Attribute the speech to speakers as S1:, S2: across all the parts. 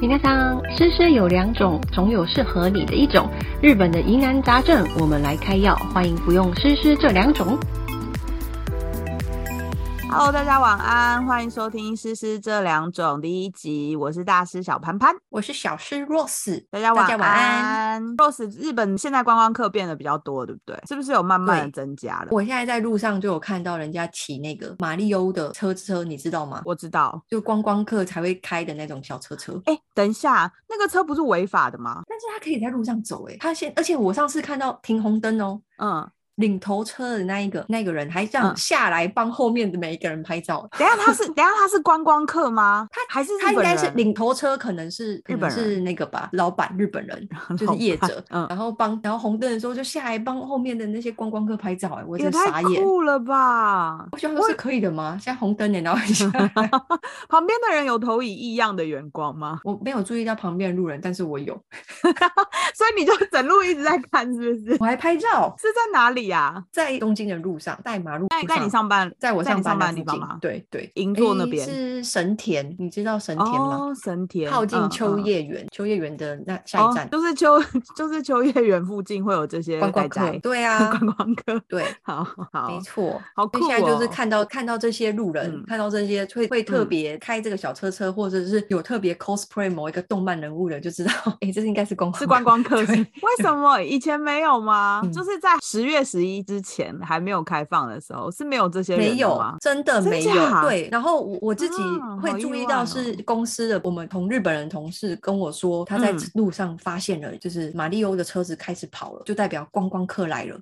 S1: 皆さん，世事有两种，总有适合你的一种。日本的疑难杂症，我们来开药，欢迎服用诗诗这两种。
S2: Hello，大家晚安，欢迎收听《诗诗这两种》第一集，我是大师小潘潘。
S3: 我是小诗 Rose，
S2: 大家晚
S3: 大家晚
S2: 安。Rose，日本现在观光客变得比较多，对不对？是不是有慢慢的
S3: 对
S2: 增加了？我
S3: 我现在在路上就有看到人家骑那个马里欧的车车，你知道吗？
S2: 知道。
S3: 就观光客才会开的那种小车车，
S2: 哎、等一下，那个车不是违法的吗？
S3: 但是它可以在路上走、欸，哎，它现而且我上次看到停红灯哦，
S2: 嗯，
S3: 领头车的那一个那个人还这
S2: 嗯
S3: 样下来帮后面的每一个人拍照，
S2: 等一下 他是，等一下他是观光客吗？他还是日
S3: 他应
S2: 本
S3: 该是
S2: 人
S3: 领头车，可能是可
S2: 日
S3: 能
S2: 本人
S3: 是那个吧，老板日 本人就是业者，
S2: 老板嗯
S3: 然后帮然后红灯的时候就下来帮后面的那些观光客拍照、欸，我
S2: 也
S3: 真的
S2: 太
S3: 傻眼。
S2: 酷了吧！
S3: 我想说是可以的吗？现在红灯欸然后 一下
S2: 旁边的人有投以异样的眼光吗？
S3: 我没有注意到旁边的路人，但是我有，
S2: 所以你就整路一直在看，是不是？
S3: 我还拍照，
S2: 是在哪里呀、
S3: 在东京的路上，在马路
S2: 在
S3: 上，
S2: 在你上班
S3: 在我
S2: 在你
S3: 班
S2: 上
S3: 的
S2: 班的
S3: 附
S2: 地方
S3: 近
S2: 吗
S3: 对对，
S2: 银座那
S3: 诶
S2: 边
S3: 是神田，你知道神田吗？
S2: 哦，神田
S3: 靠近
S2: 嗯
S3: 秋
S2: 嗯
S3: 叶原，秋叶原的那下
S2: 哦
S3: 一站，
S2: 就是秋 就是秋叶原附近会有这些
S3: 观光
S2: 待宰
S3: 客，对啊，
S2: 观光客，
S3: 对，
S2: 好好
S3: 没错。
S2: 好
S3: 所
S2: 酷
S3: 以现在就是
S2: 哦
S3: 看到看到这些路人，
S2: 嗯
S3: 看到这些会会特
S2: 嗯
S3: 别开这个小车车，或者是有特别 cosplay 某一个动漫人物的，就知道， 哎、这是应该是公
S2: 是观光客是
S3: 对，
S2: 为什么以前没有吗？
S3: 嗯
S2: 就是在十月十一之前还没有开放的时候是没有这些人
S3: 没
S2: 的
S3: 有
S2: 吗，？
S3: 真的
S2: 真
S3: 没有
S2: 假。
S3: 对，然后我我自己
S2: 啊好
S3: 会
S2: 意
S3: 注意
S2: 外
S3: 到
S2: 哦
S3: 是公司的，我们同日本人同事跟我说，他在
S2: 嗯
S3: 路上发现了，就是马里欧的车子开始跑了，就代表观光客来了。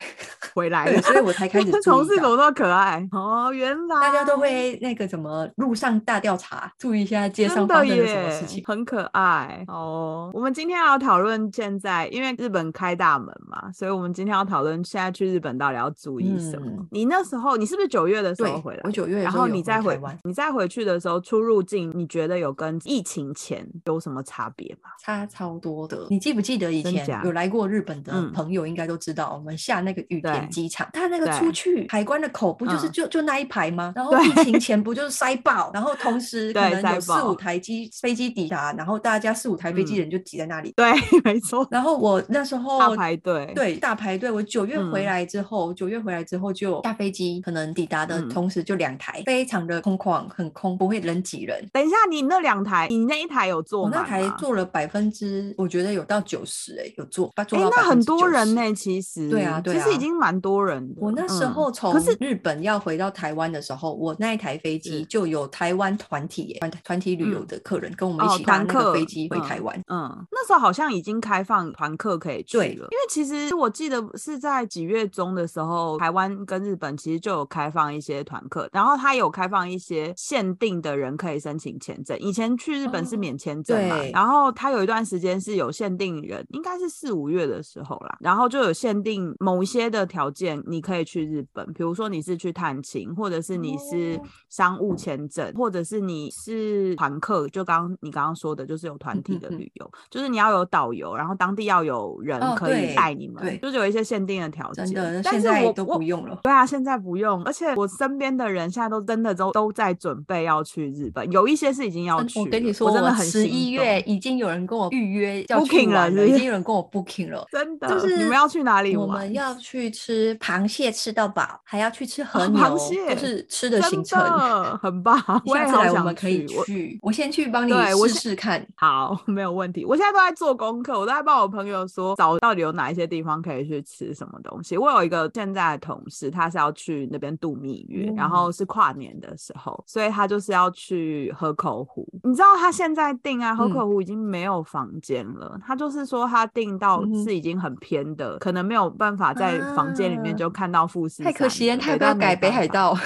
S2: 回来
S3: 对，
S2: 了，
S3: 所 以我才开始
S2: 这
S3: 注
S2: 同
S3: 意
S2: 事怎
S3: 到。
S2: 么那么可爱哦？原来
S3: 大家都会那个什么路上大调查，注意一下街
S2: 真
S3: 上发
S2: 的
S3: 生
S2: 耶，
S3: 了什么事情。
S2: 很可爱哦。我们今天要讨论现在，因为日本开大门嘛，所以我们今天要讨论现在去日本到底要注意什么。
S3: 嗯
S2: 你那时候你是不是九月的时
S3: 对
S2: 候回来，
S3: 我？九月的
S2: 然
S3: 时候
S2: 后
S3: 有
S2: 你再
S3: 回
S2: 回
S3: 台湾，
S2: 你再回去的时候，出入境你觉得有跟疫情前有什么差别吗？
S3: 差超多的。你记不记得以
S2: 真
S3: 前
S2: 假
S3: 有来过日本的
S2: 嗯
S3: 朋友，应该都知道，我们下那个羽
S2: 对
S3: 田机场，它那个
S2: 对
S3: 出去海关的口不就是
S2: 嗯
S3: 就就那一排吗？然后
S2: 对
S3: 疫情前不就是塞爆，然后同时可
S2: 对
S3: 能
S2: 塞
S3: 有四
S2: 爆
S3: 五台机飞机抵达，然后大家四五台飞机人就挤在那里。
S2: 对，没错，
S3: 然后我那时候
S2: 大排队。
S3: 哦对，大排队。我九月回
S2: 嗯
S3: 来之后，九、月回来之后就下飞机，可能抵达的
S2: 嗯
S3: 同时就两台，非常的空旷，很空，不会人挤人。
S2: 等一下，你那两台，你那一台有坐
S3: 我
S2: 满
S3: 那
S2: 吗？
S3: 台坐了百分之，我觉得有到九十，哎，有坐，把
S2: 哎、
S3: 坐到
S2: 那很
S3: 90%
S2: 多人呢、其实
S3: 对啊对
S2: 其实已
S3: 啊
S2: 经蛮多人的。
S3: 我那时
S2: 嗯
S3: 候从
S2: 可是
S3: 日本要回到台湾的时候，我那一台飞
S2: 是
S3: 机就有台湾团体耶，团团体旅游
S2: 嗯
S3: 的客人跟我们一
S2: 哦
S3: 起搭
S2: 团
S3: 那个
S2: 客
S3: 飞机回
S2: 嗯
S3: 台湾。
S2: 嗯，那时候好像已经开放团客可以去了，
S3: 对
S2: 因为其实我记得是在几月中的时候，台湾跟日本其实就有开放一些团客，然后它有开放一些限定的人可以申请签证。以前去日本是
S3: 哦
S2: 免签证嘛，
S3: 对
S2: 然后它有一段时间是有限定人，应该是四五月的时候啦，然后就有限定某一些的条件你可以去日本，比如说你是去探亲，或者是你是
S3: 哦
S2: 商务签证，或者是你是团客，就刚刚你刚刚说的，就是有团体
S3: 嗯
S2: 的
S3: 嗯嗯
S2: 旅游，就是你要有导游，然后当地要有人
S3: 哦
S2: 可以
S3: 对
S2: 带你们，
S3: 对
S2: 就是有一些限定的条件。
S3: 真的，
S2: 但
S3: 现
S2: 是
S3: 在
S2: 我
S3: 都
S2: 我
S3: 不用了。
S2: 对啊，现在不用，而且我身边的人现在都真的都都在准备要去日本，有一些是已经要
S3: 真
S2: 去了。
S3: 嗯我跟你说，
S2: 真的
S3: 我
S2: 很
S3: 十
S2: 心
S3: 一
S2: 动
S3: 月已经有人跟我预约要
S2: Booking
S3: 去
S2: 了
S3: 玩
S2: 是
S3: 了，
S2: 不
S3: 已
S2: 是
S3: 经有人跟我 booking 了。
S2: 真的，
S3: 就是
S2: 你们要去哪里
S3: 我
S2: 玩？
S3: 们要去吃螃蟹吃到饱，还要去吃
S2: 哦
S3: 和牛，
S2: 螃蟹
S3: 就是吃的行
S2: 真
S3: 程。
S2: 的很棒，
S3: 你
S2: 我也
S3: 下次
S2: 好
S3: 来我
S2: 想
S3: 们可以
S2: 我
S3: 去，我先去帮你
S2: 对我
S3: 试
S2: 先
S3: 试看。
S2: 好， 没有问题。我现在都在做功课，我都在帮我朋友说找到底有哪一些地方可以去吃什么东西。我有一个现在的同事，他是要去那边度蜜月，然
S3: 嗯
S2: 后是跨年的时候，所以他就是要去河口湖。你知道他现在订啊，河
S3: 嗯
S2: 口湖已经没有房间了，他就是说他订到
S3: 嗯哼
S2: 是已经很偏的，可能没有办法在房间里面
S3: 啊
S2: 就看到富士山了，
S3: 太可惜了，
S2: 对
S3: 他要不要改北海？道？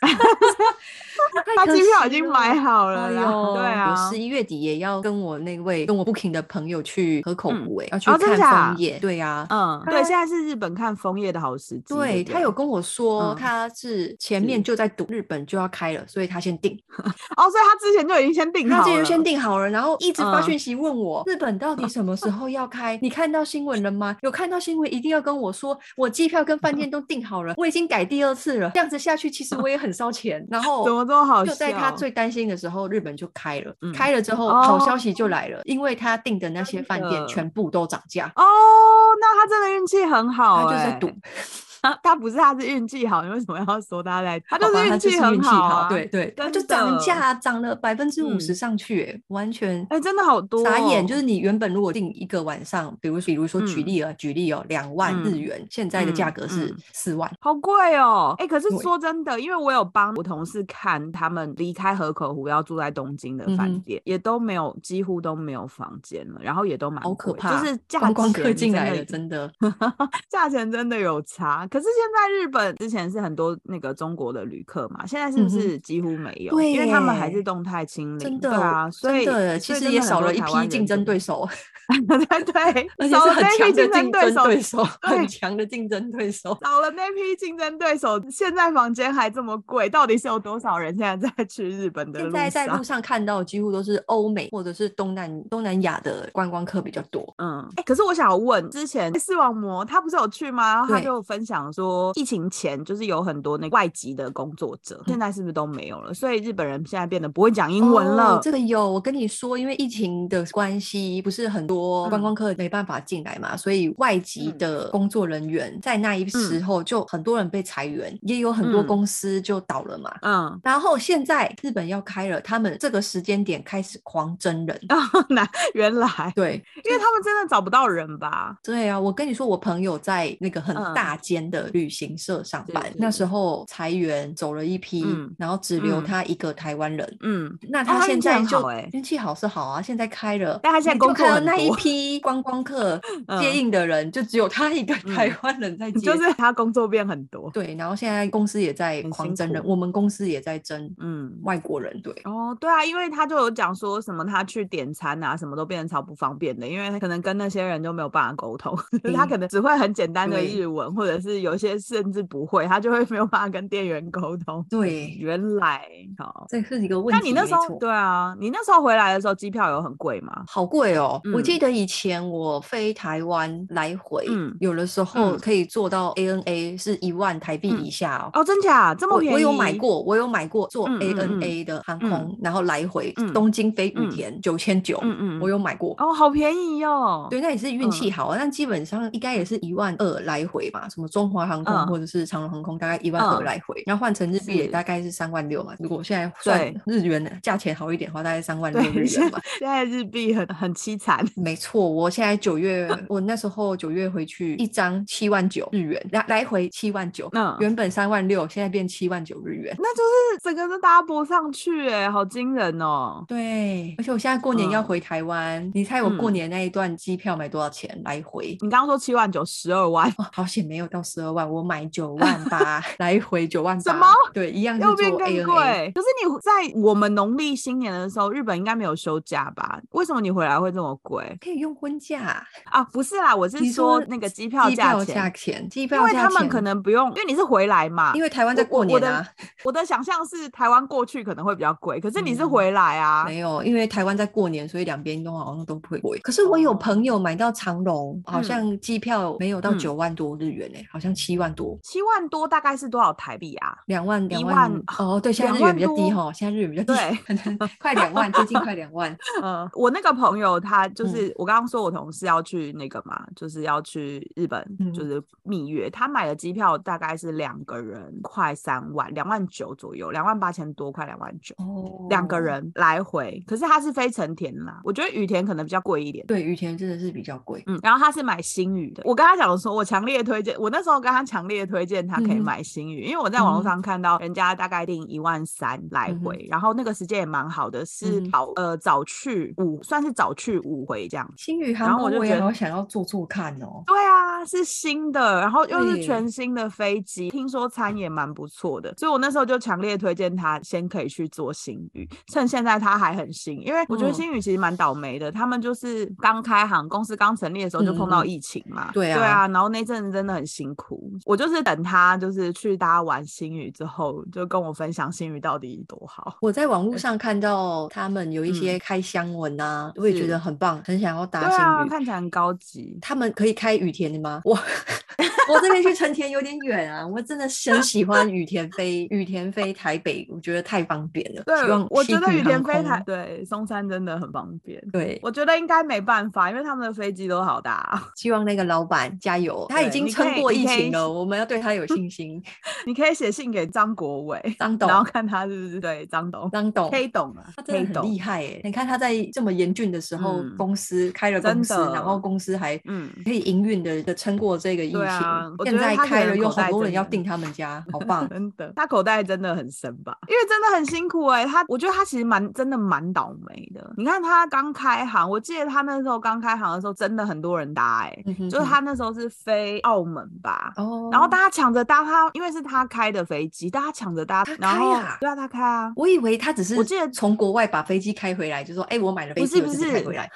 S2: 但没有
S3: 他
S2: 办法他机票已经买好
S3: 哎
S2: 了啦，对啊
S3: 我，十一月底也要跟我那位跟我 booking 的朋友去河口
S2: 嗯
S3: 湖、欸，要去
S2: 哦真
S3: 看
S2: 假
S3: 枫叶。对啊呀、
S2: 嗯，对，
S3: 他
S2: 现在是日本看枫叶的好时机。
S3: 对
S2: 对不
S3: 他
S2: 对
S3: 有跟我说，
S2: 嗯
S3: 他是前
S2: 是
S3: 面就在赌日本就要开了，所以他先定，
S2: 哦，所以他之前就已经先定好
S3: 他
S2: 了，
S3: 之前先定好了，然后一直发
S2: 嗯
S3: 讯息问我、嗯日本到底什么时候要开？你看到新闻了吗？有看到新闻一定要跟我说，我机 票跟饭店都订好了，我已经改第二次了，这样子下去其实我也很烧钱。然后
S2: 怎么这么好
S3: 就在他
S2: 笑
S3: 最担心的时候，日本就开了，
S2: 嗯
S3: 开了之后、
S2: 哦
S3: 好消息就来了，因为他订的那些饭
S2: 真的
S3: 店全部都涨价，
S2: 哦，那他真的运气很好、欸，
S3: 他就在赌，
S2: 他他不是他是运气好，你为什么要说他在？他就
S3: 好吧
S2: 是
S3: 他就是
S2: 气
S3: 运
S2: 很
S3: 气
S2: 好、啊
S3: 对对，他就
S2: 真的
S3: 涨价涨了百分之五十
S2: 嗯
S3: 上去、欸完全
S2: 哎、真的好多、哦，
S3: 傻眼，就是你原本如果定一个晚上，比如比如说举
S2: 嗯
S3: 例啊，举例哦，两万日
S2: 嗯
S3: 元，现在的价
S2: 嗯
S3: 格是
S2: 嗯
S3: 四万，
S2: 好贵哦！哎、可是
S3: 对
S2: 说真的，因为我有帮我同事看他们离开河口湖要住在东京的
S3: 嗯
S2: 饭
S3: 哼
S2: 店，也都没有几乎都没有房间了，然后也都蛮
S3: 好可
S2: 贵
S3: 怕，
S2: 就是价
S3: 观光客
S2: 钱
S3: 进
S2: 真
S3: 来
S2: 的
S3: 了，真的，
S2: 价钱真的有差。可是现在日本之前是很多那个中国的旅客嘛，现在是不是几乎没有？
S3: 嗯对
S2: 因为他们还
S3: 耶
S2: 是动态清零，
S3: 真
S2: 对
S3: 的
S2: 啊，所以
S3: 真的，其
S2: 所以
S3: 实
S2: 真
S3: 也
S2: 的很
S3: 少
S2: 多
S3: 了一
S2: 台湾
S3: 批
S2: 人
S3: 竞争
S2: 就
S3: 对手，
S2: 对
S3: 而
S2: 对，
S3: 且
S2: 少
S3: 是
S2: 了
S3: 很
S2: 那
S3: 强
S2: 批
S3: 的
S2: 竞争
S3: 竞
S2: 对
S3: 争
S2: 手，
S3: 对手，很
S2: 对
S3: 强的竞争对手。
S2: 少了那批竞争对手，现在房间还这么贵，到底是有多少人现在在去日本的
S3: 现
S2: 路
S3: 在在
S2: 上
S3: 路？上看到几乎都是欧美或者是东南东南亚的观光客比较多。
S2: 嗯，哎、可是我想问，之前视网膜他不是有去吗？然后他
S3: 对
S2: 就分享说，疫情前就是有很多那外籍的工作
S3: 嗯
S2: 者，现在是不是都没有了？所以日本人现在变得不会讲英文了。
S3: 哦，这个有我跟你说，因为疫情的关系，不是很多观
S2: 嗯
S3: 光客没办法进来嘛，所以外籍
S2: 嗯
S3: 的工作人员在那一时候就很多人被裁员，也有很多
S2: 嗯
S3: 公司就倒了嘛。
S2: 嗯，
S3: 然后现在日本要开了，他们这个时间点开始狂真人。
S2: 那原来，
S3: 对
S2: 因为他们真的找不到人吧？
S3: 对啊，我跟你说，我朋友在那个很
S2: 嗯
S3: 大间的旅行社上
S2: 是
S3: 班，
S2: 是
S3: 那时候裁员走了一批，
S2: 嗯
S3: 然后只留
S2: 嗯
S3: 他一个台湾人。
S2: 嗯，
S3: 那
S2: 他
S3: 他现
S2: 运气
S3: 在
S2: 很
S3: 就
S2: 好欸
S3: 运气好是好啊，现在开了，
S2: 但他现在
S3: 你就
S2: 工作
S3: 看到
S2: 很
S3: 那一
S2: 多
S3: 批观光客接
S2: 嗯
S3: 应的人，就只有他一个台
S2: 嗯
S3: 湾人在接，
S2: 就是他工作变很多。
S3: 对。然后现在公司也在
S2: 很
S3: 狂
S2: 辛
S3: 征人，
S2: 苦
S3: 我们公司也在征
S2: 嗯，
S3: 外国人，对。
S2: 哦，对啊，因为他就有讲说什么他去点餐啊，什么都变得超不方便的，因为可能跟那些人就没有办法沟通， 就是他
S3: 嗯
S2: 可能只会很简单的
S3: 对
S2: 日文，或者是有些甚至不会，他就会没有办法跟店员沟通。
S3: 对
S2: 原来好，
S3: 这是一个问
S2: 那
S3: 题。
S2: 你那时
S3: 没
S2: 候
S3: 错
S2: 对啊，你那时候回来的时候机票有很贵吗？
S3: 好贵哦！我记
S2: 嗯
S3: 得以前我飞台湾来回，
S2: 嗯
S3: 有的时候
S2: 嗯
S3: 可以做到 ANA 是一万台币
S2: 嗯
S3: 以下哦。
S2: 哦，真假这么
S3: 我
S2: 便宜？
S3: 我有买，过，我有买过做
S2: 嗯嗯嗯
S3: ANA 的航空，
S2: 嗯
S3: 然后来回、
S2: 嗯
S3: 东京飞羽
S2: 嗯
S3: 田九千九，
S2: 嗯嗯，
S3: 我有买过。
S2: 哦，好便宜哦。
S3: 对，那也是运气好啊，但基本上应该也是一万二来回吧，什么中华航空
S2: 嗯
S3: 或者是长荣航空，大概一万二
S2: 嗯
S3: 来回，然后换成日币也
S2: 是
S3: 大概是三万六嘛。如果现在算
S2: 对
S3: 日元的价钱好一点的话，大概三万六
S2: 对
S3: 日元吧。
S2: 现在日币很很凄惨。
S3: 没错，我现在九月， 我那时候九月回去一张七万九日元，来来回七万九，
S2: 嗯
S3: 原本三万六，现在变七万九日元。
S2: 那就是整个都 double 上去、欸，哎，好惊人哦！
S3: 对，而且我现在过年要
S2: 嗯
S3: 回台湾，你猜我过
S2: 嗯
S3: 年那一段机票买多少钱来回？
S2: 你刚刚说七万九，十二万，
S3: 哦，好险没有到十二万，我买 九万八，来回九万八。
S2: 什么？
S3: 对，一样是
S2: 又
S3: 嗯做
S2: 变
S3: A
S2: 更
S3: N A。
S2: 贵。可是你在我们农历新年的时候，日本应该没有休假吧？为什么你回来会这么贵
S3: 可以用婚假，
S2: 啊？不是啦，我是
S3: 你
S2: 说那个机票
S3: 机
S2: 价
S3: 票价
S2: 钱。
S3: 钱，机
S2: 因
S3: 票
S2: 为
S3: 价
S2: 他们
S3: 钱
S2: 可，能不用，因为你是回来嘛。
S3: 因为台湾在
S2: 我
S3: 过
S2: 我
S3: 年
S2: 的
S3: 啊，
S2: 我的想象是台湾过去可能会比较贵，可是你是
S3: 嗯
S2: 回来啊。
S3: 没有，因为台湾在过年，所以两边都好像都不会贵。可是我有
S2: 哦
S3: 朋友买到长荣，好
S2: 嗯
S3: 像机票没有到
S2: 嗯
S3: 九万多日元诶、欸好像七万多，
S2: 七万多大概是多少台币啊？
S3: 两万两
S2: 一
S3: 万
S2: 万
S3: 哦，对，现在
S2: 两
S3: 日元
S2: 万
S3: 比较低
S2: 多
S3: 哈，现在日元比较低，
S2: 对
S3: 可能快两万，接近快两万。
S2: 嗯，我那个朋友他
S3: 嗯
S2: 就是、我刚刚说我同事要去那个嘛，就是要去日本，
S3: 嗯
S2: 就是蜜月，他买的机票大概是两个人快三万，两万九左右，两万八千多，快两万九。
S3: 哦，
S2: 两个人来回，可是他是飞成田啦，我觉得羽田可能比较贵一点。
S3: 对羽田真的是比较贵。
S2: 嗯，然后他是买星宇的，我跟他讲的说，我强烈推荐，我那时候跟他强烈推荐他可以
S3: 嗯哼
S2: 买星宇，因为我在网
S3: 嗯
S2: 络
S3: 哼
S2: 上看到人家大概定一万三来
S3: 嗯哼
S2: 回，然后那个时间也蛮好的，是
S3: 嗯哼
S2: 早、呃早去午，算是早去午回这样子。
S3: 星宇
S2: 然
S3: 航
S2: 后我
S3: 空
S2: 就
S3: 我也
S2: 觉得
S3: 好想要坐坐看哦。
S2: 对啊，是新的，然后又是
S3: 对
S2: 全新的飞机，听说餐也蛮不错的，所以我那时候就强烈推荐他先可以去做新宇，趁现在他还很新，因为我觉得
S3: 嗯
S2: 新宇其实蛮倒霉的，他们就是刚开航，公司刚成立的时候就碰到
S3: 嗯
S2: 疫情嘛，
S3: 对啊
S2: 对啊，然后那阵子真的很辛苦，我就是等他就是去搭完新宇之后，就跟我分享新宇到底多好，
S3: 我在
S2: 呃
S3: 网络上看到他们有一些开箱文啊，我也觉
S2: 嗯是
S3: 得很棒，很想要搭
S2: 对啊，
S3: 星宇。
S2: 看起来很高级，
S3: 他们可以开羽田的吗？我我这边去成田有点远啊，我真的深喜欢羽田飞，羽田飞台北，我觉得太方便了。希
S2: 对
S3: 望，
S2: 我觉
S3: 西
S2: 得
S3: 谷
S2: 羽田
S3: 航
S2: 飞
S3: 空
S2: 台对松山真的很方便。
S3: 对，
S2: 我觉得应该没办法，因为他们的飞机都好大啊、
S3: 希望那个老板加油，他已
S2: 对
S3: 经
S2: 你可
S3: 撑
S2: 以
S3: 过
S2: 你
S3: 疫
S2: 可以
S3: 情了，我们要对他有信心。
S2: 你可以写信给张国伟，
S3: 张 董
S2: 然，后看他是不是对张董、
S3: 张董，
S2: 黑董啊，
S3: 他
S2: 黑
S3: 真的很
S2: 董
S3: 厉，害耶！你看他在这么严峻的时候，
S2: 嗯
S3: 公司开了公司，
S2: 真的
S3: 然后公司还
S2: 嗯，
S3: 可以营运的的撑过这个疫情。
S2: 对啊我
S3: 现
S2: 觉得
S3: 在
S2: 他可
S3: 开
S2: 能
S3: 了，有
S2: 口袋
S3: 好多人
S2: 真
S3: 要
S2: 的！
S3: 订他们家，好 棒
S2: 真的，他口袋真的很深吧？因为真的很辛苦哎、他我觉得他其实蛮真的蛮倒霉的。你看他刚开行，我记得他那时候刚开行的时候，真的很多人搭哎、
S3: 嗯哼
S2: 就是
S3: 哼
S2: 他那时候是飞澳门吧。
S3: 哦，
S2: 然后大家抢着搭他，因为是他开的飞机，大家抢着搭
S3: 他。
S2: 然
S3: 开
S2: 后
S3: 啊
S2: 对啊，他开啊。
S3: 我以为他只是
S2: 我记得
S3: 从国外把飞机开回来，就说哎、我买了飞
S2: 不
S3: 机，
S2: 是
S3: 我
S2: 不
S3: 自己开
S2: 是
S3: 回来。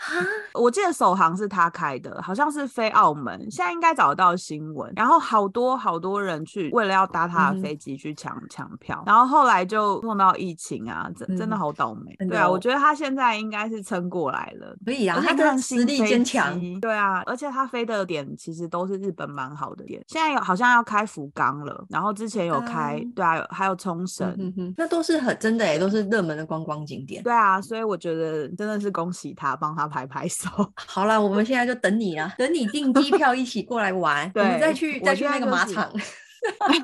S2: 我记得首航是他开的，好像是飞澳门，现在应该找得到新闻。然后好多好多人去为了要搭他
S3: 嗯哼
S2: 的飞机去抢抢票，然后后来就碰到疫情啊，真真的
S3: 嗯
S2: 好倒霉。
S3: 真的
S2: 对啊，
S3: 哦
S2: 我觉得他现在应该是撑过来了。
S3: 可以啊，
S2: 而且
S3: 他
S2: 看
S3: 的
S2: 新
S3: 实力
S2: 飞
S3: 坚强，嗯
S2: 机，对啊，而且他飞的点其实都是日本蛮好的点。现在有好像要开福冈了，然后之前有开，
S3: 福冈
S2: 对啊，有还有冲绳，
S3: 嗯哼哼，那都是很真的哎，都是热门的观光景点。
S2: 对啊，所以我觉得真的是恭喜他，帮他拍拍手。
S3: 好啦，我们现在就等你啊啦，等你订机票一起过来玩，我们再
S2: 对
S3: 去
S2: 我
S3: 再去
S2: 现
S3: 那
S2: 在
S3: 个
S2: 就
S3: 马
S2: 是
S3: 场。
S2: 对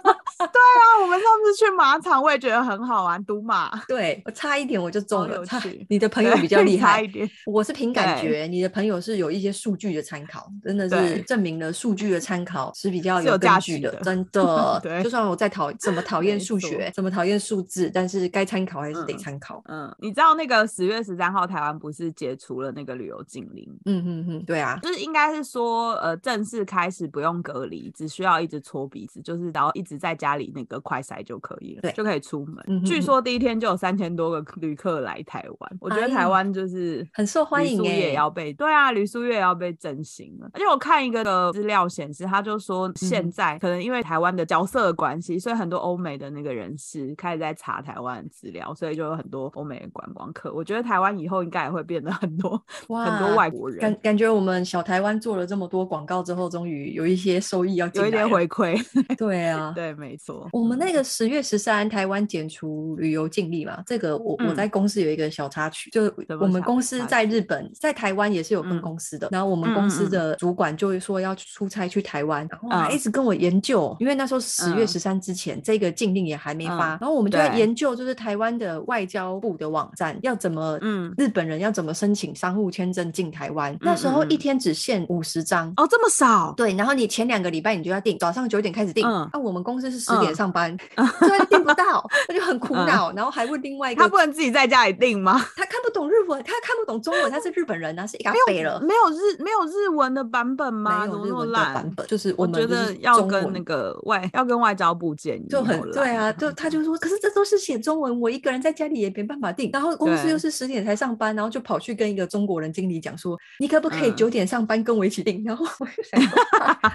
S2: 啊，我们上次去马场，我也觉得很好玩，赌马。
S3: 对我差一点我就中
S2: 有
S3: 了，差
S2: 趣
S3: 你的朋哎友比较厉
S2: 差
S3: 害
S2: 一。点。
S3: 我是凭感
S2: 对
S3: 觉，你的朋友是有一些数据的参考，真的是
S2: 对
S3: 证明了数据的参考是比较
S2: 是有
S3: 根
S2: 价
S3: 据
S2: 值
S3: 的，
S2: 的
S3: 真的。
S2: 对
S3: 就算我再讨怎 么讨厌
S2: 没
S3: 数学
S2: 错，
S3: 怎么讨厌数字，但是该参考还是得
S2: 嗯
S3: 参考。
S2: 嗯，你知道那个十月十三号台湾不是解除了那个旅游禁令？
S3: 嗯嗯嗯，对啊，
S2: 就是应该是说，呃，正式开始不用隔离，只需要一直搓鼻子，就是然后一直在家里那个快筛就可以了，
S3: 对
S2: 就可以出门。
S3: 嗯哼
S2: 据
S3: 哼
S2: 说第一天就有三千多个旅客来台湾，我觉
S3: 哎
S2: 得台
S3: 呀
S2: 湾就是
S3: 很受欢
S2: 旅
S3: 迎
S2: 宿
S3: 哎、
S2: 业也要被对啊，旅宿业也要被振兴了。而且我看一个的资料显示，他就
S3: 嗯
S2: 说现在、可能因为台湾的角色的关系，所以很多欧美的那个人士开始在查台湾的资料，所以就有很多欧美的观光客。我觉得台湾以后应该也会变得很多
S3: 哇，
S2: 很多外国
S3: 感
S2: 人，
S3: 感觉我们小台湾做了这么多广告之后，终于有一些收益要进
S2: 有
S3: 来
S2: 一点
S3: 了
S2: 回馈。
S3: 对啊，
S2: 对，没错。
S3: 我们那个十月十三，台湾减除旅游禁令嘛，这个我、我
S2: 嗯
S3: 在公司有一个小插曲，就
S2: 怎
S3: 我
S2: 么
S3: 们
S2: 小
S3: 公司
S2: 插
S3: 在日本，在台湾也是有分
S2: 嗯
S3: 公司的，然后我们
S2: 嗯
S3: 公
S2: 嗯
S3: 司
S2: 嗯
S3: 的主管就会说要出差去台湾，然后还
S2: 嗯
S3: 一直跟我研究，因为那时候十月
S2: 嗯
S3: 十三之前、这个禁令也还没
S2: 嗯
S3: 发，然后我们就在
S2: 对
S3: 研究就是台湾的外交部的网站要怎么。
S2: 嗯，
S3: 日本人要怎么申请商务签证进台湾？那时候
S2: 嗯嗯
S3: 一
S2: 嗯
S3: 天只限五十张，
S2: 哦，这么少，
S3: 对，然后你前两个礼拜你就要订，早上九点开始订。
S2: 嗯
S3: 啊，我们公司是十点
S2: 嗯
S3: 上班，所以订不到，他就很苦
S2: 嗯
S3: 恼，然后还问另外一个
S2: 他，不能自己在家里订 吗？
S3: 他看不懂日文，他看不懂中文，他是日本人啊，是一个
S2: 没
S3: 北
S2: 有
S3: 了，
S2: 没有日没有日文的版本吗？
S3: 没
S2: 怎
S3: 有
S2: 么
S3: 日
S2: 那么
S3: 文的
S2: 烂
S3: 版本，就是
S2: 我
S3: 们
S2: 觉
S3: 就
S2: 得
S3: 是
S2: 要
S3: 中
S2: 跟那
S3: 文
S2: 个外要跟外交部建议，
S3: 就很对啊，就他就说，可是这都是写中文，我一个人在家里也没办法订。然后公司又
S2: 对
S3: 是十点才上班，然后就跑去跟一个中国人经理讲说，你可不可以
S2: 嗯
S3: 九点上班跟我一起订？然后我就想说，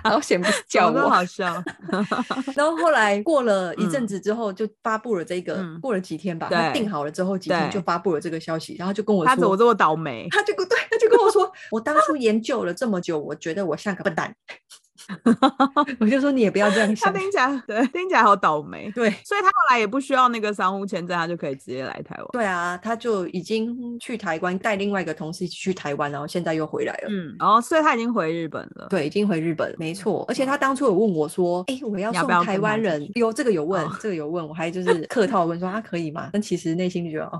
S3: 然后先不是叫
S2: 讲的
S3: 我，
S2: 好笑，
S3: 然后后来过了一阵
S2: 嗯
S3: 子之后，就发布了这个，
S2: 嗯
S3: 过了几天吧，他
S2: 对
S3: 定好了之后几天就
S2: 对
S3: 发布了这个消息，然后就跟我
S2: 他怎么
S3: 说。
S2: 这么倒 霉？
S3: 他就跟对，他就跟我说， 我当初研究了这么久，我觉得我像个 笨蛋，我就说你也不要这样
S2: 他
S3: 想，
S2: 听起来对，听起来好倒霉。
S3: 对
S2: 所以他后来也不需要那个商务签证，他就可以直接来台湾。
S3: 对啊，他就已经去台湾带另外一个同事一起去台湾，然后现在又回来了，
S2: 嗯，然后所以他已经回日本了。
S3: 对，已经回日本了，没错。而且他当初有问我说：“哎、我要
S2: 嗯要
S3: 送
S2: 不要
S3: 台
S2: 跟
S3: 湾
S2: 他出
S3: 人
S2: 去？”
S3: 有这个有问
S2: 哦，
S3: 这个有问，我还 就是客套地问说：“啊，可以吗？”但其实内心就觉得哦，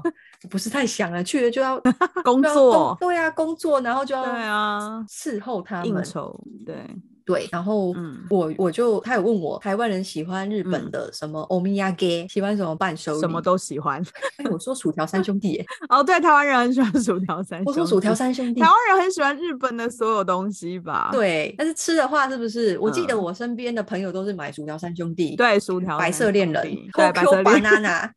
S3: 不是太想了，去了就要
S2: 工
S3: 就要
S2: 作，
S3: 啊对啊，工作，然后就要
S2: 对啊，
S3: 伺候他
S2: 应
S3: 们，
S2: 酬，对，
S3: 对，然后。
S2: 嗯，
S3: 我我就他有问我台湾人喜欢日本
S2: 嗯
S3: 的什么欧米亚给，喜欢什么伴手礼？
S2: 什么都喜欢。
S3: 哎，我说薯条三兄弟耶，
S2: 哦，对，台湾人很喜欢薯条三兄弟。
S3: 我说薯条三兄弟，
S2: 台湾人很喜欢日本的所有东西吧？
S3: 对，但是吃的话是不是？我记得
S2: 嗯
S3: 我身边的朋友都是买薯条三兄弟，，
S2: 对，薯条
S3: 白
S2: 三
S3: 色恋
S2: 兄
S3: 人
S2: 弟对，白色
S3: ，Tokyo
S2: 恋人
S3: 哦 Banana，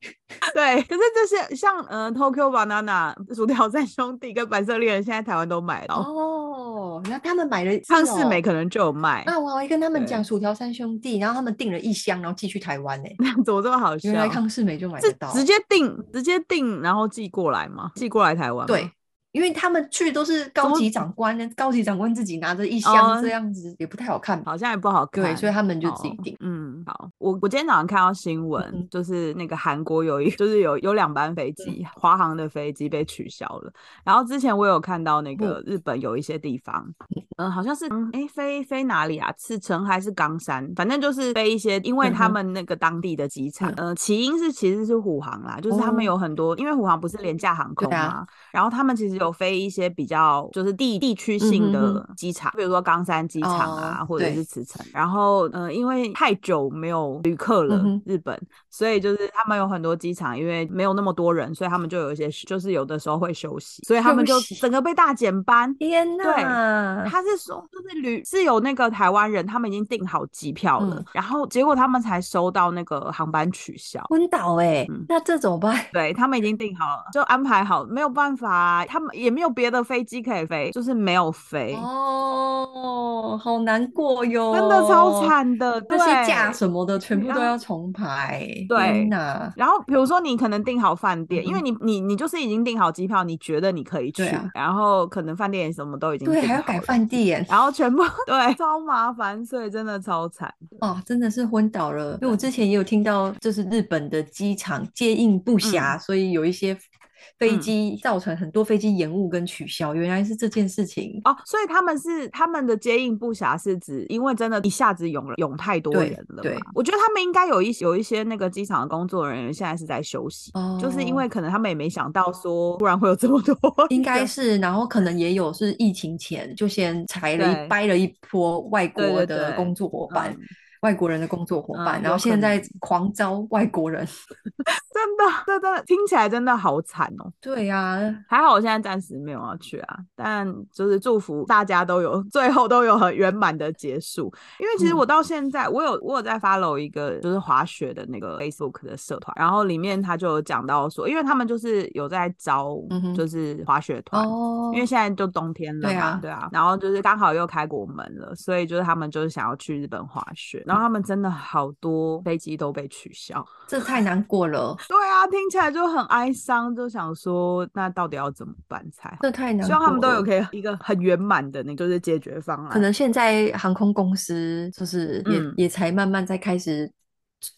S2: 对，可是这些像呃 Tokyo Banana、薯条三兄弟跟白色恋人，现在台湾都买到，
S3: 哦，那他们买了
S2: 上
S3: 是
S2: 市
S3: 哦
S2: 美。可能就有卖。
S3: 那我还跟他们
S2: 对
S3: 讲薯条三兄弟，然后他们订了一箱，然后寄去台湾 呢、
S2: 怎么这么好笑
S3: 原？来康世美就买
S2: 是
S3: 得到，
S2: 直接订，直接订，然后寄过来吗？寄过来台湾？
S3: 对。因为他们去都是高级长官，高级长官自己拿着一箱
S2: 哦
S3: 这样子，也不太好看吧？
S2: 好像也不好看。
S3: 对，所以他们就自己
S2: 哦
S3: 订。
S2: 嗯，好，我我今天早上看到新闻，
S3: 嗯
S2: 就是那个韩国有一， 就是有有两班飞机，华航的飞机被取消了。然后之前我有看到那个
S3: 嗯
S2: 日本有一些地方，嗯、好像是哎、诶飞飞哪里啊？赤城还是冈山？反正就是飞一些，因为他
S3: 嗯哼嗯
S2: 们那个当地的机场，呃，起因是其实是虎航啦，就是他们
S3: 哦
S2: 有很多，因为虎航不是廉价航空
S3: 对
S2: 嘛，
S3: 啊
S2: 然后他们其实有飞一些比较就是地地区性
S3: 嗯哼
S2: 的机场，比如说冈山机场啊，
S3: 哦
S2: 或者
S3: 对
S2: 是茨城。然后呃，因为太久没有旅客了，
S3: 嗯哼
S2: 日本，所以就是他们有很多机场，因为没有那么多人，所以他们就有一些就是有的时候会休息，所以他们就
S3: 休息嗯
S2: 整个被大减班。
S3: 天哪！
S2: 他是说，就是旅是有那个台湾人，他们已经订好机票了，
S3: 嗯
S2: 然后结果他们才收到那个航班取消。
S3: 昏倒哎、
S2: 嗯
S3: 那这怎 么办？
S2: 对他们已经订好了，就安排好，没有办法啊、他们也没有别的飞机可以飞，就是没有飞，
S3: 哦，好难过哟，
S2: 真的超。惨的。
S3: 那些假
S2: 对
S3: 什么的全部都
S2: 啊
S3: 要重排，
S2: 对
S3: 天哪！
S2: 然后比如说你可能订好饭店，因为
S3: 嗯
S2: 你你你就是已经订好机票，你觉得你可以去，
S3: 对啊
S2: 然后可能饭店也什么都已经
S3: 对，
S2: 订
S3: 还要
S2: 好
S3: 改
S2: 了
S3: 饭店
S2: 然后全部 对超麻烦，所以真的超惨。
S3: 哦，真的是昏倒了。因为我之前也有听到，就是日本的机场接应不暇，所以有一些飞
S2: 嗯
S3: 机造成很多飞机延误跟取消，原来是这件事情。
S2: 哦，所以他们是他们的接应不暇是指，因为真的一下子涌了涌太多
S3: 对
S2: 人了嘛。
S3: 对
S2: 我觉得他们应该有一些有一些那个机场的工作人员现在是在休息，
S3: 哦，
S2: 就是因为可能他们也没想到说突然会有这么多
S3: 应 该
S2: 人
S3: 是，然后可能也有是疫情前就先裁了
S2: 对
S3: 一掰了一波外
S2: 对
S3: 国
S2: 对
S3: 的
S2: 对
S3: 工作伙伴
S2: 嗯，
S3: 外国人的工作伙伴，
S2: 嗯
S3: 然后
S2: 有可
S3: 现在
S2: 能
S3: 狂招外国人。
S2: 真的这真的听起来真的好惨哦。
S3: 对呀，
S2: 还好我现在暂时没有要去啊，但就是祝福大家都有最后都有很圆满的结束。因为其实
S3: 嗯
S2: 我到现在，我有我有在 follow 一个就是滑雪的那个 Facebook 的社团，然后里面他就有讲到说，因为他们就是有在招
S3: 嗯哼
S2: 就是滑雪团。
S3: 哦
S2: 因为现在就冬天了嘛，
S3: 对啊
S2: 对啊，然后就是刚好又开国门了，所以就是他们就是想要去日本滑雪，然后他们真的好多飞机都被取消，
S3: 这太难过了，
S2: 对啊，听起来就很哀伤，就想说那到底要怎么办才好？
S3: 这太难过了。
S2: 希望他们都有可以一个很圆满的那个就是解决方案。
S3: 可能现在航空公司就是也、
S2: 嗯
S3: 也才慢慢在开始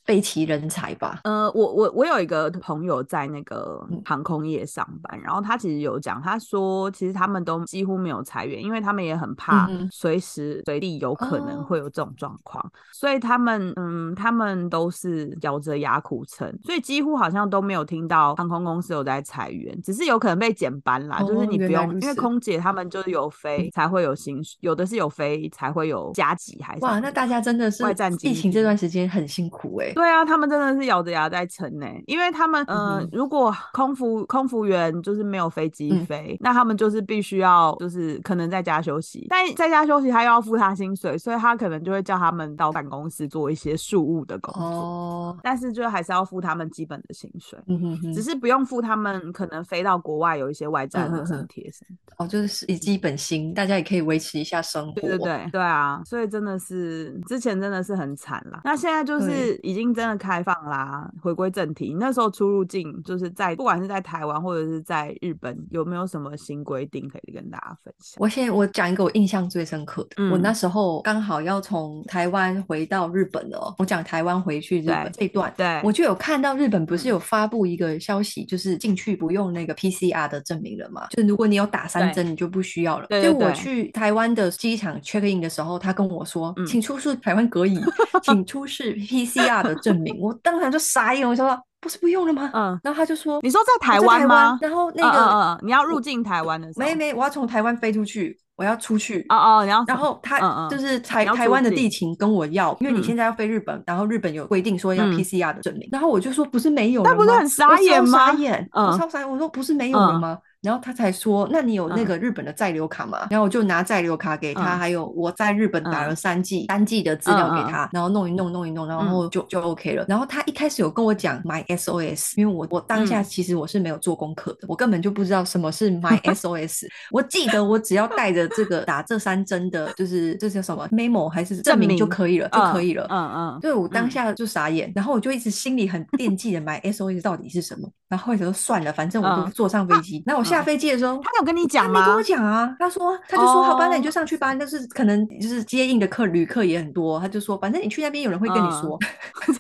S3: 备齐人才吧。
S2: 呃，我我我有一个朋友在那个
S3: 嗯
S2: 航空业上班，然后他其实有讲，他说其实他们都几乎没有裁员，因为他们也很怕
S3: 嗯哼
S2: 随时随地有可能
S3: 哦
S2: 会有这种状况，所以他们嗯，他们都是咬着牙苦撑，所以几乎好像都没有听到航空公司有在裁员，只是有可能被减班啦，就是
S3: 哦
S2: 你不
S3: 原来
S2: 用，
S3: 如
S2: 因为
S3: 此嗯
S2: 空姐他们就是有飞才会有薪水，有的是有飞才会有加急还是什
S3: 哇，
S2: 么
S3: 那
S2: 的
S3: 大家真的是
S2: 外战
S3: 疫
S2: 经
S3: 情这
S2: 济
S3: 段时间很辛苦哎、
S2: 对啊，他们真的是咬着牙在撑呢、因为他们，
S3: 嗯
S2: 呃
S3: 哼，
S2: 如果空服空服员就是没有飞机
S3: 嗯
S2: 飞，那他们就是必须要就是可能在家休息，但在家休息他又要付他薪水，所以他可能就会叫他们到办公室做一些事务的工作，
S3: 哦，
S2: 但是就还是要付他们基本的薪水。
S3: 嗯哼哼
S2: 只，是不用付他们可能飞到国外有一些外债的
S3: 嗯嗯嗯
S2: 津贴什么的
S3: 哦，就是以基本薪，大家也可以维持一下生活。
S2: 对对对对啊，所以真的是之前真的是很惨啦。那现在就
S3: 对
S2: 是已经真的开放啦，回归正题。那时候出入境就是在不管是在台湾或者是在日本，有没有什么新规定可以跟大家分享？
S3: 我现在我讲一个我印象最深刻的，我
S2: 嗯
S3: 那时候刚好要从台湾回到日本了哦。我讲台湾回去日本
S2: 对
S3: 这一段，
S2: 对，
S3: 我就有看到日本不是
S2: 嗯
S3: 有发布一个消息，就是进去不用那个 PCR 的证明了嘛？就如果你有打三
S2: 对
S3: 针，你就不需要了。
S2: 对
S3: 就
S2: 对
S3: 我
S2: 对
S3: 去台湾的机场 check in 的时候，他跟我说，
S2: 嗯
S3: 请出示台湾隔离，请出示 PCR 的证 明。我当场就傻眼，我想说不是不用了吗？
S2: 嗯，
S3: 然后他就说哦
S2: 你说在台
S3: 我
S2: 湾吗？
S3: 然后那
S2: 嗯
S3: 个、
S2: 嗯嗯嗯，你要入境台湾的时候，
S3: 没没，我要从台湾飞出去，我要出去。
S2: 哦哦，你要
S3: 然后
S2: 嗯
S3: 他
S2: 嗯
S3: 就是台
S2: 你要
S3: 台
S2: 出
S3: 湾的
S2: 境
S3: 地勤跟我要，因为你
S2: 嗯
S3: 现在要飞日本，然后日本有规定说要
S2: 嗯
S3: PCR 的证明，然后我就说不是没有了
S2: 那不
S3: 吗？
S2: 是很傻
S3: 我超
S2: 眼吗
S3: 傻眼，
S2: 嗯
S3: 我超傻眼，我说不是没有了
S2: 嗯
S3: 吗？然后他才说，那你有那
S2: 嗯
S3: 个日本的在留卡吗？然后我就拿在留卡给他，
S2: 嗯
S3: 还有我在日本打
S2: 嗯
S3: 了三剂三剂的资料
S2: 嗯
S3: 给
S2: 嗯嗯
S3: 他，然后弄一弄弄一弄，然
S2: 嗯
S3: 后就就 OK 了。然后他一开始有跟我讲 My SOS，因为我我当下
S2: 嗯
S3: 其实我是没有做功课的，我根本就不知道什么是 My SOS，我记得我只要带着这个打这三针的，就是这叫什么 memo 还是证明就
S2: 明
S3: 可以了，就可以了。
S2: 嗯嗯，
S3: 对我当
S2: 嗯
S3: 下就傻眼，然后我就一直心里很惦记着买 SOS 到底是什么，然后后来想说算了，反正我都
S2: 嗯
S3: 坐上飞机，那我下飞机的时候，
S2: 他有跟你
S3: 他
S2: 讲
S3: 没跟
S2: 吗
S3: 我？讲啊，他说他就说好吧，那你
S2: 哦
S3: 就上去吧。但是可能就是接应的客旅客也很多，他就说反正你去那边有人会跟你说。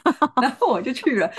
S3: 然后我就去了，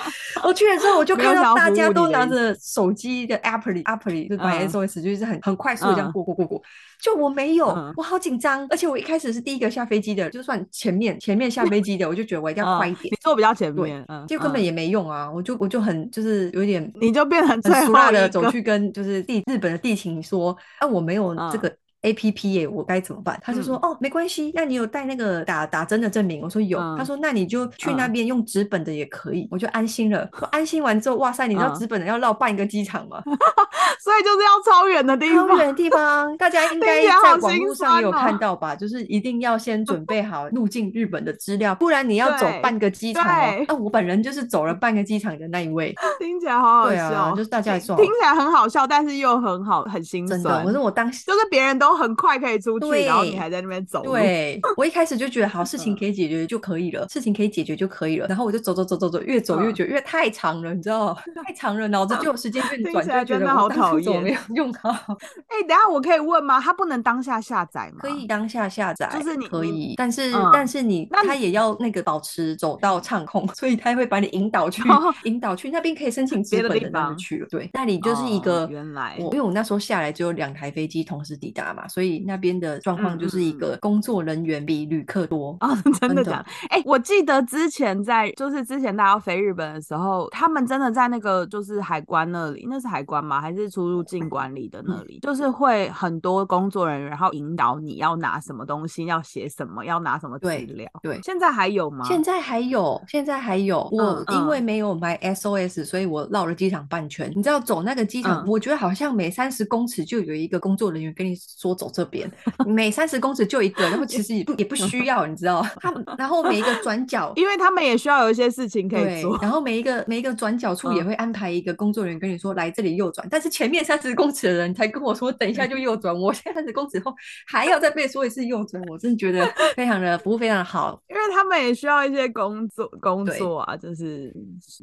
S3: 我去了之后我就
S2: 嗯没有
S3: 看
S2: 想
S3: 到
S2: 要
S3: 大
S2: 服
S3: 家
S2: 务你
S3: 都
S2: 的
S3: 拿
S2: 意
S3: 着手机的 app 里 app 里就买
S2: 嗯
S3: SOS，就是很很快速地这样
S2: 嗯
S3: 过过过过。就我没有
S2: 嗯，
S3: 我好紧张，而且我一开始是第一个下飞机的，就算前面前面下飞机的，我就觉得我一定要快一点
S2: 你，坐比较前
S3: 对
S2: 面，嗯，
S3: 就根本
S2: 嗯
S3: 也没用啊，我就我就很就是有点
S2: 你就变成最
S3: 很
S2: 后
S3: 俗辣的
S2: 一
S3: 走
S2: 个
S3: 去跟就是地日本的地勤说，啊，我没有这
S2: 嗯
S3: 个 A P P 耶，我该怎么办？他就说，哦，没关系，那你有带那个打打针的证明？我说有，他
S2: 嗯
S3: 说那你就去那
S2: 嗯
S3: 边用纸本的也可以，我就安心了。我安心完之后，哇塞，你知道
S2: 嗯
S3: 纸本的要绕半个机场吗？
S2: 所以就是要超远的地
S3: 超
S2: 方，
S3: 远的地方，大家应
S2: 听
S3: 该
S2: 起来
S3: 在
S2: 好
S3: 网
S2: 心
S3: 络上也有
S2: 酸哦
S3: 看到吧？就是一定要先准备 好入境日本的资料，不然你要走
S2: 对
S3: 半个机场哦
S2: 对。
S3: 啊，我本人就是走了半个机场的那 一位。
S2: 听起来好好
S3: 对
S2: 笑。
S3: 啊，就是大家也
S2: 听
S3: 说
S2: 听起来很好笑，但是又很好，很心
S3: 真的，
S2: 酸。
S3: 我说我当时
S2: 就是别人都很快可以出去，
S3: 对
S2: 然后你还在那边走路。嗯
S3: 对我一开始就觉得好，事情可以解决就可以了，事情可以解决就可以了。然后我就走走走走走，越走越
S2: 嗯
S3: 久，越太长了，你知道，太长了，脑子就有 时间运
S2: 听
S3: 转，
S2: 起来
S3: 就
S2: 真
S3: 觉得
S2: 的
S3: 我
S2: 好
S3: 当
S2: 讨
S3: 初怎么没
S2: 厌
S3: 有用好，
S2: 哎、等一下我可以问吗？他不能当下下载吗？
S3: 可以。当下下载，
S2: 嗯就是你
S3: 可
S2: 你
S3: 以，但是
S2: 嗯
S3: 但是你
S2: 那
S3: 他也要那个保持走到畅控，所以他会把你引导 去
S2: 哦
S3: 引导去那边可以申请资
S2: 别的
S3: 本
S2: 地
S3: 的那
S2: 方
S3: 里去了。对，那里就是一
S2: 哦
S3: 个
S2: 原来
S3: 我因为我那时候下来只有两台飞机同时抵达嘛，所以那边的状况
S2: 嗯
S3: 就是一
S2: 嗯嗯
S3: 个工作人员比旅客多。
S2: 哦， 真的
S3: 真的
S2: 假的？哎、我记得之前在，就是之前大家要飞日本的时候，他们真的在那个就是海关那里，那是海关吗？还是出入境管理的
S3: 嗯
S2: 那里？就是会很多工作人员，然后引导你要拿什么东西，要写什么，要拿什么资
S3: 对
S2: 料。
S3: 对，
S2: 现在还有吗？
S3: 现在还有，现在还有。我因为
S2: 嗯
S3: 没有买 SOS，所以我绕了机场半圈。你知道走那个机场，
S2: 嗯。
S3: 我觉得好像每三十公尺就有一个工作人员跟你说走这边，每三十公尺就一个，然后其实也不也不需要，你知道？他们然后每一个转角
S2: 因为他们也需要有一些事 情可以
S3: 对
S2: 做，。
S3: 然后每一个每一个转角处也
S2: 嗯
S3: 会安排一个工作人员跟你说来这里右转，但是前面三十公尺的人才跟我说等一下就右转，我现在三十公尺后还要再被说一次右转，我真的觉得非常的服务非常的好，
S2: 因为他们也需要一些工作工
S3: 对
S2: 作啊，就是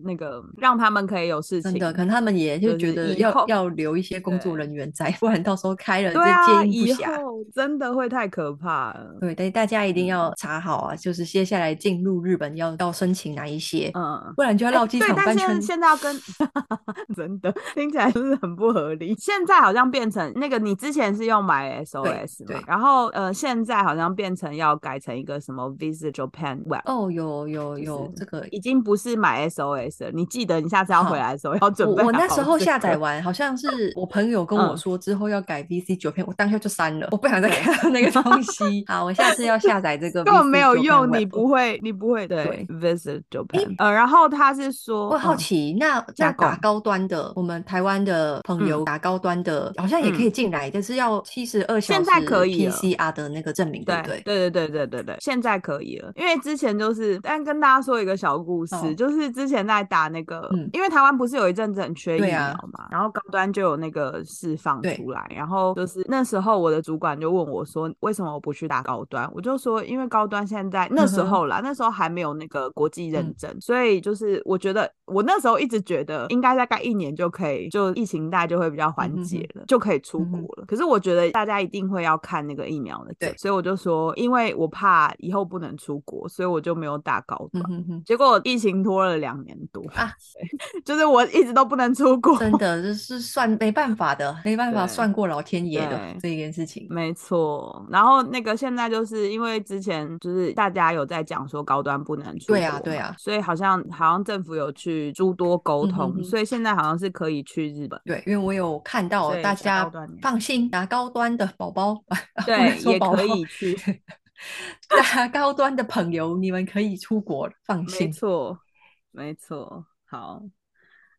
S2: 那个让他们可以有事
S3: 真
S2: 情。
S3: 的，可能他们也就
S2: 就
S3: 觉
S2: 是
S3: 得
S2: 以
S3: 要
S2: 后
S3: 要留一些工作
S2: 对
S3: 人员在，不然到时候开了
S2: 对
S3: 这
S2: 啊，
S3: 接应不
S2: 以
S3: 暇。
S2: 后真的会太可怕了。
S3: 对，但大家一定
S2: 嗯
S3: 要查好啊，就是接下来进入日本要要申请哪一些，
S2: 嗯，
S3: 不然就要
S2: 哎
S3: 绕机
S2: 对
S3: 场
S2: 但
S3: 半
S2: 现
S3: 圈。
S2: 现在要 跟真的听起来就是很不合理。现在好像变成那个，你之前是用买 SOS 嘛
S3: 对，
S2: 然后呃，现在好像变成要改成一个什么 Visit Japan Web。
S3: 哦，有有
S2: 就是
S3: 有，这个
S2: 已经不是买 SOS 了，你记得你下次要回
S3: 好
S2: 来的时候要准
S3: 我
S2: 备
S3: 我那时
S2: 好
S3: 候
S2: 这
S3: 下载
S2: 个
S3: 完，好像是我朋友跟我
S2: 嗯
S3: 说之后要改 VC 九片，我当下就删了，我不想再看到那个 东西。好，我下次要下载这个 VC
S2: 根本没有用，你
S3: 不。
S2: 不会，你不会对
S3: 对
S2: visit Japan。呃，然后他是说，
S3: 我好
S2: 嗯，
S3: 奇，那那
S2: 加
S3: 打
S2: 工
S3: 高端的，我们台湾的朋
S2: 嗯
S3: 友打高端的，好像也可以进来，但是要七十二小
S2: 现
S3: 时
S2: 在可以了
S3: PCR 的那个证明，对
S2: 对
S3: 不
S2: 对对
S3: 对？
S2: 对对对对，现在可以了，因为之前就是，但跟大家说一个小故事，
S3: 哦
S2: 就是之前在打那个，
S3: 嗯
S2: 因为台湾不是有一阵子很缺疫
S3: 对
S2: 苗
S3: 啊
S2: 嘛，然后高端就有那个释放
S3: 对
S2: 出来，然后就是那时候我的主管就问我说，为什么我不去打高端？我就说，因为高端现在那时
S3: 嗯哼
S2: 候啦，那时候还没有那个国际认
S3: 嗯
S2: 证，所以就是我觉得我那时候一直觉得应该大概一年就可以，就疫情大概就会比较缓
S3: 嗯哼
S2: 解
S3: 哼
S2: 了，就可以出
S3: 嗯
S2: 国
S3: 哼
S2: 了。可是我觉得大家一定会要看那个疫苗的证
S3: 对，
S2: 所以我就说，因为我怕以后不能出国，所以我就没有打高端。
S3: 嗯哼哼，
S2: 结果疫情拖了两年多
S3: 啊
S2: 对 就是我一直都不能出国。
S3: 真的就是算没办法的，没办法
S2: 对
S3: 算过老天爷的
S2: 对
S3: 这一件事情。
S2: 没错，然后那个现在就是因为之前就是大家有在讲说高端不能出
S3: 对啊
S2: 国
S3: 对
S2: 嘛
S3: 啊
S2: 所以好像好像政府有去诸多沟
S3: 嗯哼
S2: 通，
S3: 哼
S2: 所以现在好像是可以去日本，
S3: 对，因为我有看
S2: 所
S3: 到
S2: 以
S3: 哦
S2: 打
S3: 大
S2: 高
S3: 家
S2: 端也
S3: 放心，打高端的宝宝， 不能
S2: 对
S3: 说
S2: 也
S3: 宝
S2: 可
S3: 宝
S2: 以去，
S3: 打高端的朋友，你们可以出国了，放
S2: 没
S3: 心。
S2: 错，没错，好。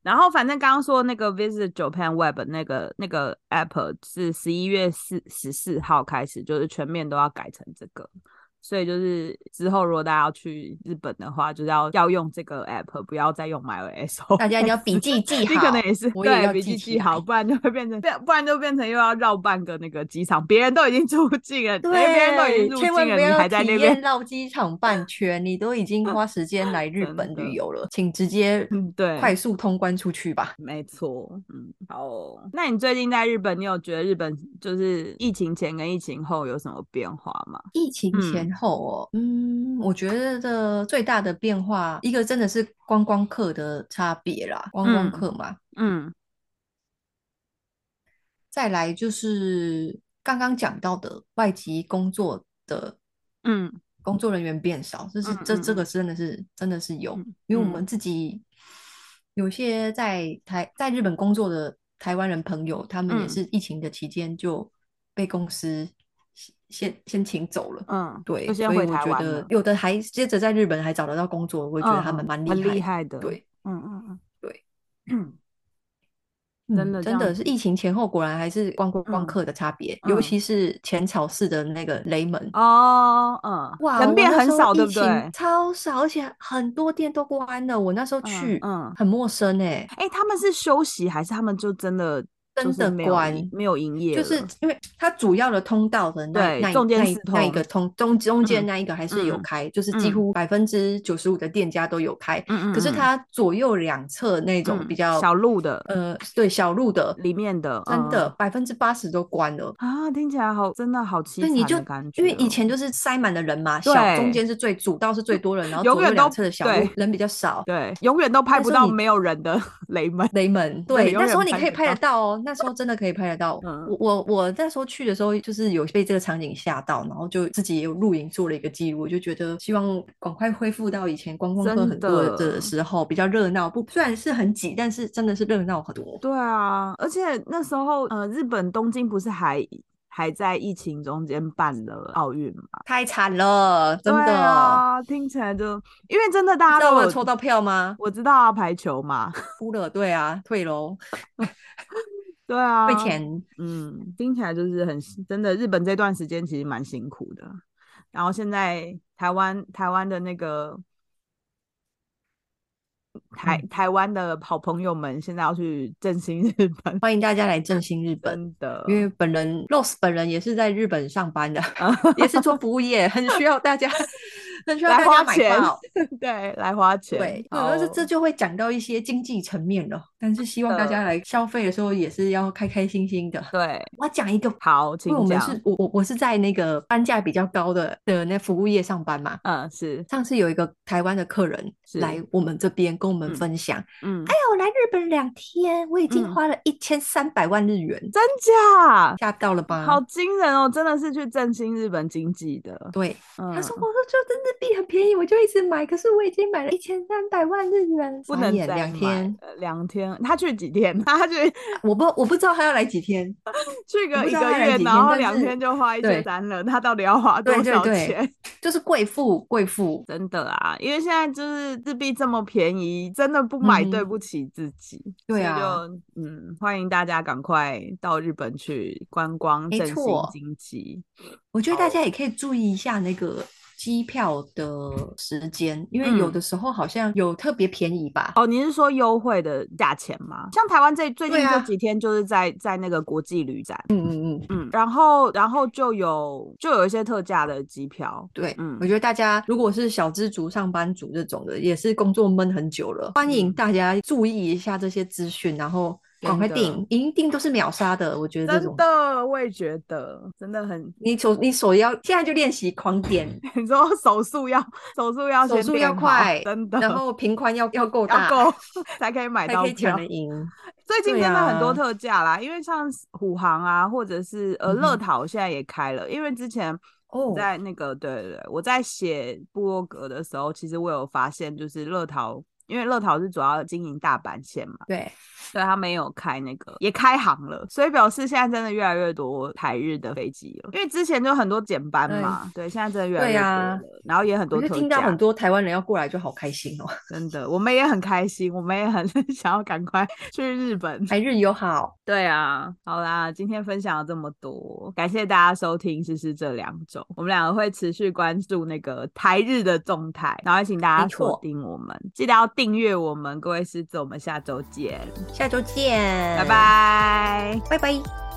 S2: 然后反正刚刚说那个 Visit Japan Web 那个那个 app 是十一月四十四号开始，就是全面都要改成这个。所以就是之后如果大家要去日本的话，就是要要用这个 app，不要再用 MyOS。
S3: 大家一定要笔记记好。
S2: 你可能也是
S3: 我也
S2: 对
S3: 要
S2: 笔记
S3: 起
S2: 记好，
S3: 来
S2: 不然就会变成，不然就变成又要绕半个那个机场，别人都已经出境了，
S3: 对，
S2: 哎别人都已经入
S3: 千万
S2: 境了，
S3: 不
S2: 你
S3: 要
S2: 还在那
S3: 体
S2: 边嗯
S3: 验到机场半圈，你都已经花时间来日
S2: 真
S3: 本
S2: 的
S3: 旅游了，请直接
S2: 嗯对
S3: 快速通关出去吧。
S2: 没错，嗯，好哦、那你最近在日本，你有觉得日本就是疫情前跟疫情后有什么变化吗？
S3: 疫情
S2: 嗯
S3: 前后哦，嗯，我觉得最大的变化，一个真的是观光客的差别啦，观光
S2: 嗯
S3: 客嘛，
S2: 嗯
S3: 再来就是刚刚讲到的外籍工作的
S2: 嗯
S3: 工作人员变少，这是
S2: 嗯
S3: 这
S2: 嗯
S3: 这个
S2: 嗯
S3: 真的是真的是有
S2: 嗯，
S3: 因为我
S2: 嗯
S3: 们自己有些在台在日本工作的台湾人朋友，他们也
S2: 嗯
S3: 是疫情的期间就被公司先先先请走了。
S2: 嗯，
S3: 对，
S2: 就先
S3: 所以
S2: 回
S3: 我
S2: 台
S3: 觉
S2: 湾
S3: 得
S2: 了，
S3: 有的还接着在日本还找得到工作，我
S2: 我
S3: 觉得他们蛮厉
S2: 厉
S3: 害的。
S2: 的，，
S3: 对，
S2: 嗯嗯嗯，
S3: 对，
S2: 嗯真
S3: 嗯，
S2: 的这
S3: 真
S2: 样
S3: 的是疫情前后果然还是观光
S2: 嗯
S3: 客的差别，尤
S2: 嗯
S3: 其是浅草寺的那个雷门。
S2: 哦，嗯，
S3: 哇，
S2: 人
S3: 我
S2: 变
S3: 那
S2: 很
S3: 时候
S2: 少，对
S3: 疫
S2: 不
S3: 情
S2: 对？
S3: 超少，而且很多店都关了。我那时候
S2: 嗯
S3: 去，
S2: 嗯
S3: 很陌生哎、
S2: 哎、他们是休息还是他们就真的就
S3: 真
S2: 是
S3: 的
S2: 没有营
S3: 关
S2: 没有营业
S3: 就
S2: 了？嗯
S3: 是因为它主要的通道的那
S2: 对
S3: 那一
S2: 中间
S3: 那一
S2: 四
S3: 那一
S2: 通
S3: 个通中中
S2: 嗯
S3: 间那一个还是有
S2: 嗯
S3: 开，就是几
S2: 嗯
S3: 乎百分之九十五的店家都有开。
S2: 嗯嗯，
S3: 可是
S2: 嗯
S3: 它左右两侧那种
S2: 嗯
S3: 比较、
S2: 小路的
S3: 呃，对小路的，
S2: 里面的，
S3: 真的
S2: 嗯
S3: 百分之八十都关了。
S2: 啊，听起来好，真的好凄
S3: 所以你
S2: 惨
S3: 就
S2: 的感觉
S3: 因
S2: 哦。
S3: 为以前就是塞满了人嘛，小中
S2: 对
S3: 间是最主道是最多人，然后
S2: 永
S3: 左右
S2: 远
S3: 两
S2: 都
S3: 侧的小
S2: 对
S3: 路人比较少。
S2: 对，永远都拍
S3: 那
S2: 不
S3: 时候
S2: 到
S3: 你
S2: 没有人的 雷门。
S3: 雷门，
S2: 对
S3: 对，
S2: 永
S3: 那
S2: 远
S3: 时候你
S2: 拍
S3: 可以
S2: 不
S3: 拍得
S2: 到
S3: 到哦，那时候真的可以拍得到。
S2: 嗯
S3: 我我我那时候去的时候，就是有被这个场景吓到，然后就自己也有录影做了一个记录，就觉得希望赶快恢复到以前观光客
S2: 真
S3: 很多的
S2: 的
S3: 的时候，比较热闹，不虽然是很挤，但是真的是热闹很多。
S2: 对啊，而且那时候，呃，日本东京不是还还在疫情中间办了奥运嘛？
S3: 太惨了，真
S2: 对
S3: 的，
S2: 啊，听起来就因为真的大
S3: 你知
S2: 家
S3: 道
S2: 都
S3: 我有
S2: 有
S3: 抽到票吗？
S2: 我知道啊，排球嘛，
S3: 哭了，对啊，退楼，
S2: 对啊，
S3: 退钱。
S2: 嗯，听起来就是很辛真的，日本这段时间其实蛮辛苦的。然后现在台湾台湾的那个台
S3: 嗯
S2: 台湾的好朋友们现在要去振兴日本，
S3: 欢迎大家来振兴日本，
S2: 真的，
S3: 因为本人 Rose 本人也是在日本上班的，
S2: 啊
S3: 也是做服务业，很需要大家，很需要
S2: 来
S3: 大
S2: 花
S3: 家买
S2: 钱
S3: 报。，
S2: 对，哦来花钱，
S3: 对，但是这
S2: 好
S3: 就会讲到一些经济层面了。但是希望大家
S2: 的
S3: 来消费的时候也是要开开心心的。
S2: 对
S3: 我要讲一个，
S2: 好，
S3: 因为
S2: 请
S3: 我们
S2: 讲，
S3: 是我我我是在那个单价比较高的的那服务业上班嘛。
S2: 嗯，是，
S3: 上次有一个台湾的客人
S2: 是
S3: 来我们这边跟我们
S2: 嗯
S3: 分享，
S2: 嗯，
S3: 哎呦，来日本两天，我已经
S2: 嗯
S3: 花了一千三百万日元，
S2: 真假？
S3: 吓到了吧？
S2: 好惊人哦，真的是去振兴日本经济的，
S3: 对，
S2: 嗯
S3: 他，说我说就真的币很便宜，我就一直买，可是我已经买了一千三百万日元，
S2: 不
S3: 傻
S2: 能
S3: 眼
S2: 再
S3: 两
S2: 买
S3: 天，
S2: 了两天，他去几天？ 他去
S3: 我不我不知道他要来几天，
S2: 去个
S3: 不
S2: 一
S3: 知道
S2: 个
S3: 他来
S2: 月，
S3: 几
S2: 然
S3: 天
S2: 后
S3: 但
S2: 两
S3: 是
S2: 天就花一
S3: 对
S2: 千三了，他到底要花多
S3: 对对
S2: 少
S3: 对
S2: 钱？
S3: 就是贵妇贵妇，
S2: 真的啊，因为现在就是日币这么便宜，真的不买
S3: 嗯
S2: 对不起自己。所
S3: 对
S2: 以
S3: 啊
S2: 就嗯，欢迎大家赶快到日本去观光，
S3: 没
S2: 振兴
S3: 错
S2: 经济。
S3: 我觉得大家也可以注意一下那个机票的时间，因为有
S2: 嗯
S3: 的时候好像有特别便宜吧，
S2: 哦，你是说优惠的价钱吗？像台湾这最近
S3: 对
S2: 这
S3: 啊
S2: 几天就是在在那个国际旅展，
S3: 嗯嗯嗯，
S2: 嗯，然后然后就有就有一些特价的机票，
S3: 对，
S2: 嗯
S3: 我觉得大家如果是小资族、上班族这种的，也是工作闷很久了，欢迎
S2: 嗯
S3: 大家注意一下这些资讯，然后赶
S2: 真
S3: 快
S2: 的
S3: 订，一定都是秒杀的。我觉得这
S2: 真
S3: 种，
S2: 的，我也觉得真的很。
S3: 你手你手要现在就练习狂点，
S2: 你说手速要手速要
S3: 手
S2: 先
S3: 速
S2: 练
S3: 要
S2: 好
S3: 快，
S2: 真的，
S3: 然后频宽要要够
S2: 要
S3: 大，
S2: 够 才可以买
S3: 才
S2: 到
S3: 可以
S2: 票
S3: 抢得。赢。
S2: 最近
S3: 对
S2: 真的很多
S3: 啊
S2: 特价啦，因为像是虎航啊，或者是呃
S3: 嗯
S2: 乐
S3: 哼
S2: 淘现在也开了。因为之前我
S3: 哦，
S2: 在那个对对对，我在写部落格的时候，其实我有发现，就是乐淘因为乐桃是主要经营大阪线嘛，
S3: 对，
S2: 所以他没有开那个，也开航了，所以表示现在真的越来越多台日的飞机了，因为之前就很多减班嘛，对，现在真的越来越多了，
S3: 对
S2: 然后也很多
S3: 我就
S2: 特
S3: 听到
S2: 价
S3: 很，多台湾人要过来，就好开 心哦。
S2: 真的，我们也很开心，我们也很 想要赶快去日本。
S3: 台日友好，
S2: 对啊，好啦，今天分享了这么多，感谢大家收听《试试这两种》，我们两个会持续关注那个台日的动态，然后也请大家
S3: 没错
S2: 锁定我们，记得要订阅我们，各位狮子，我们下周见，
S3: 下周见，
S2: 拜，拜。
S3: 拜拜。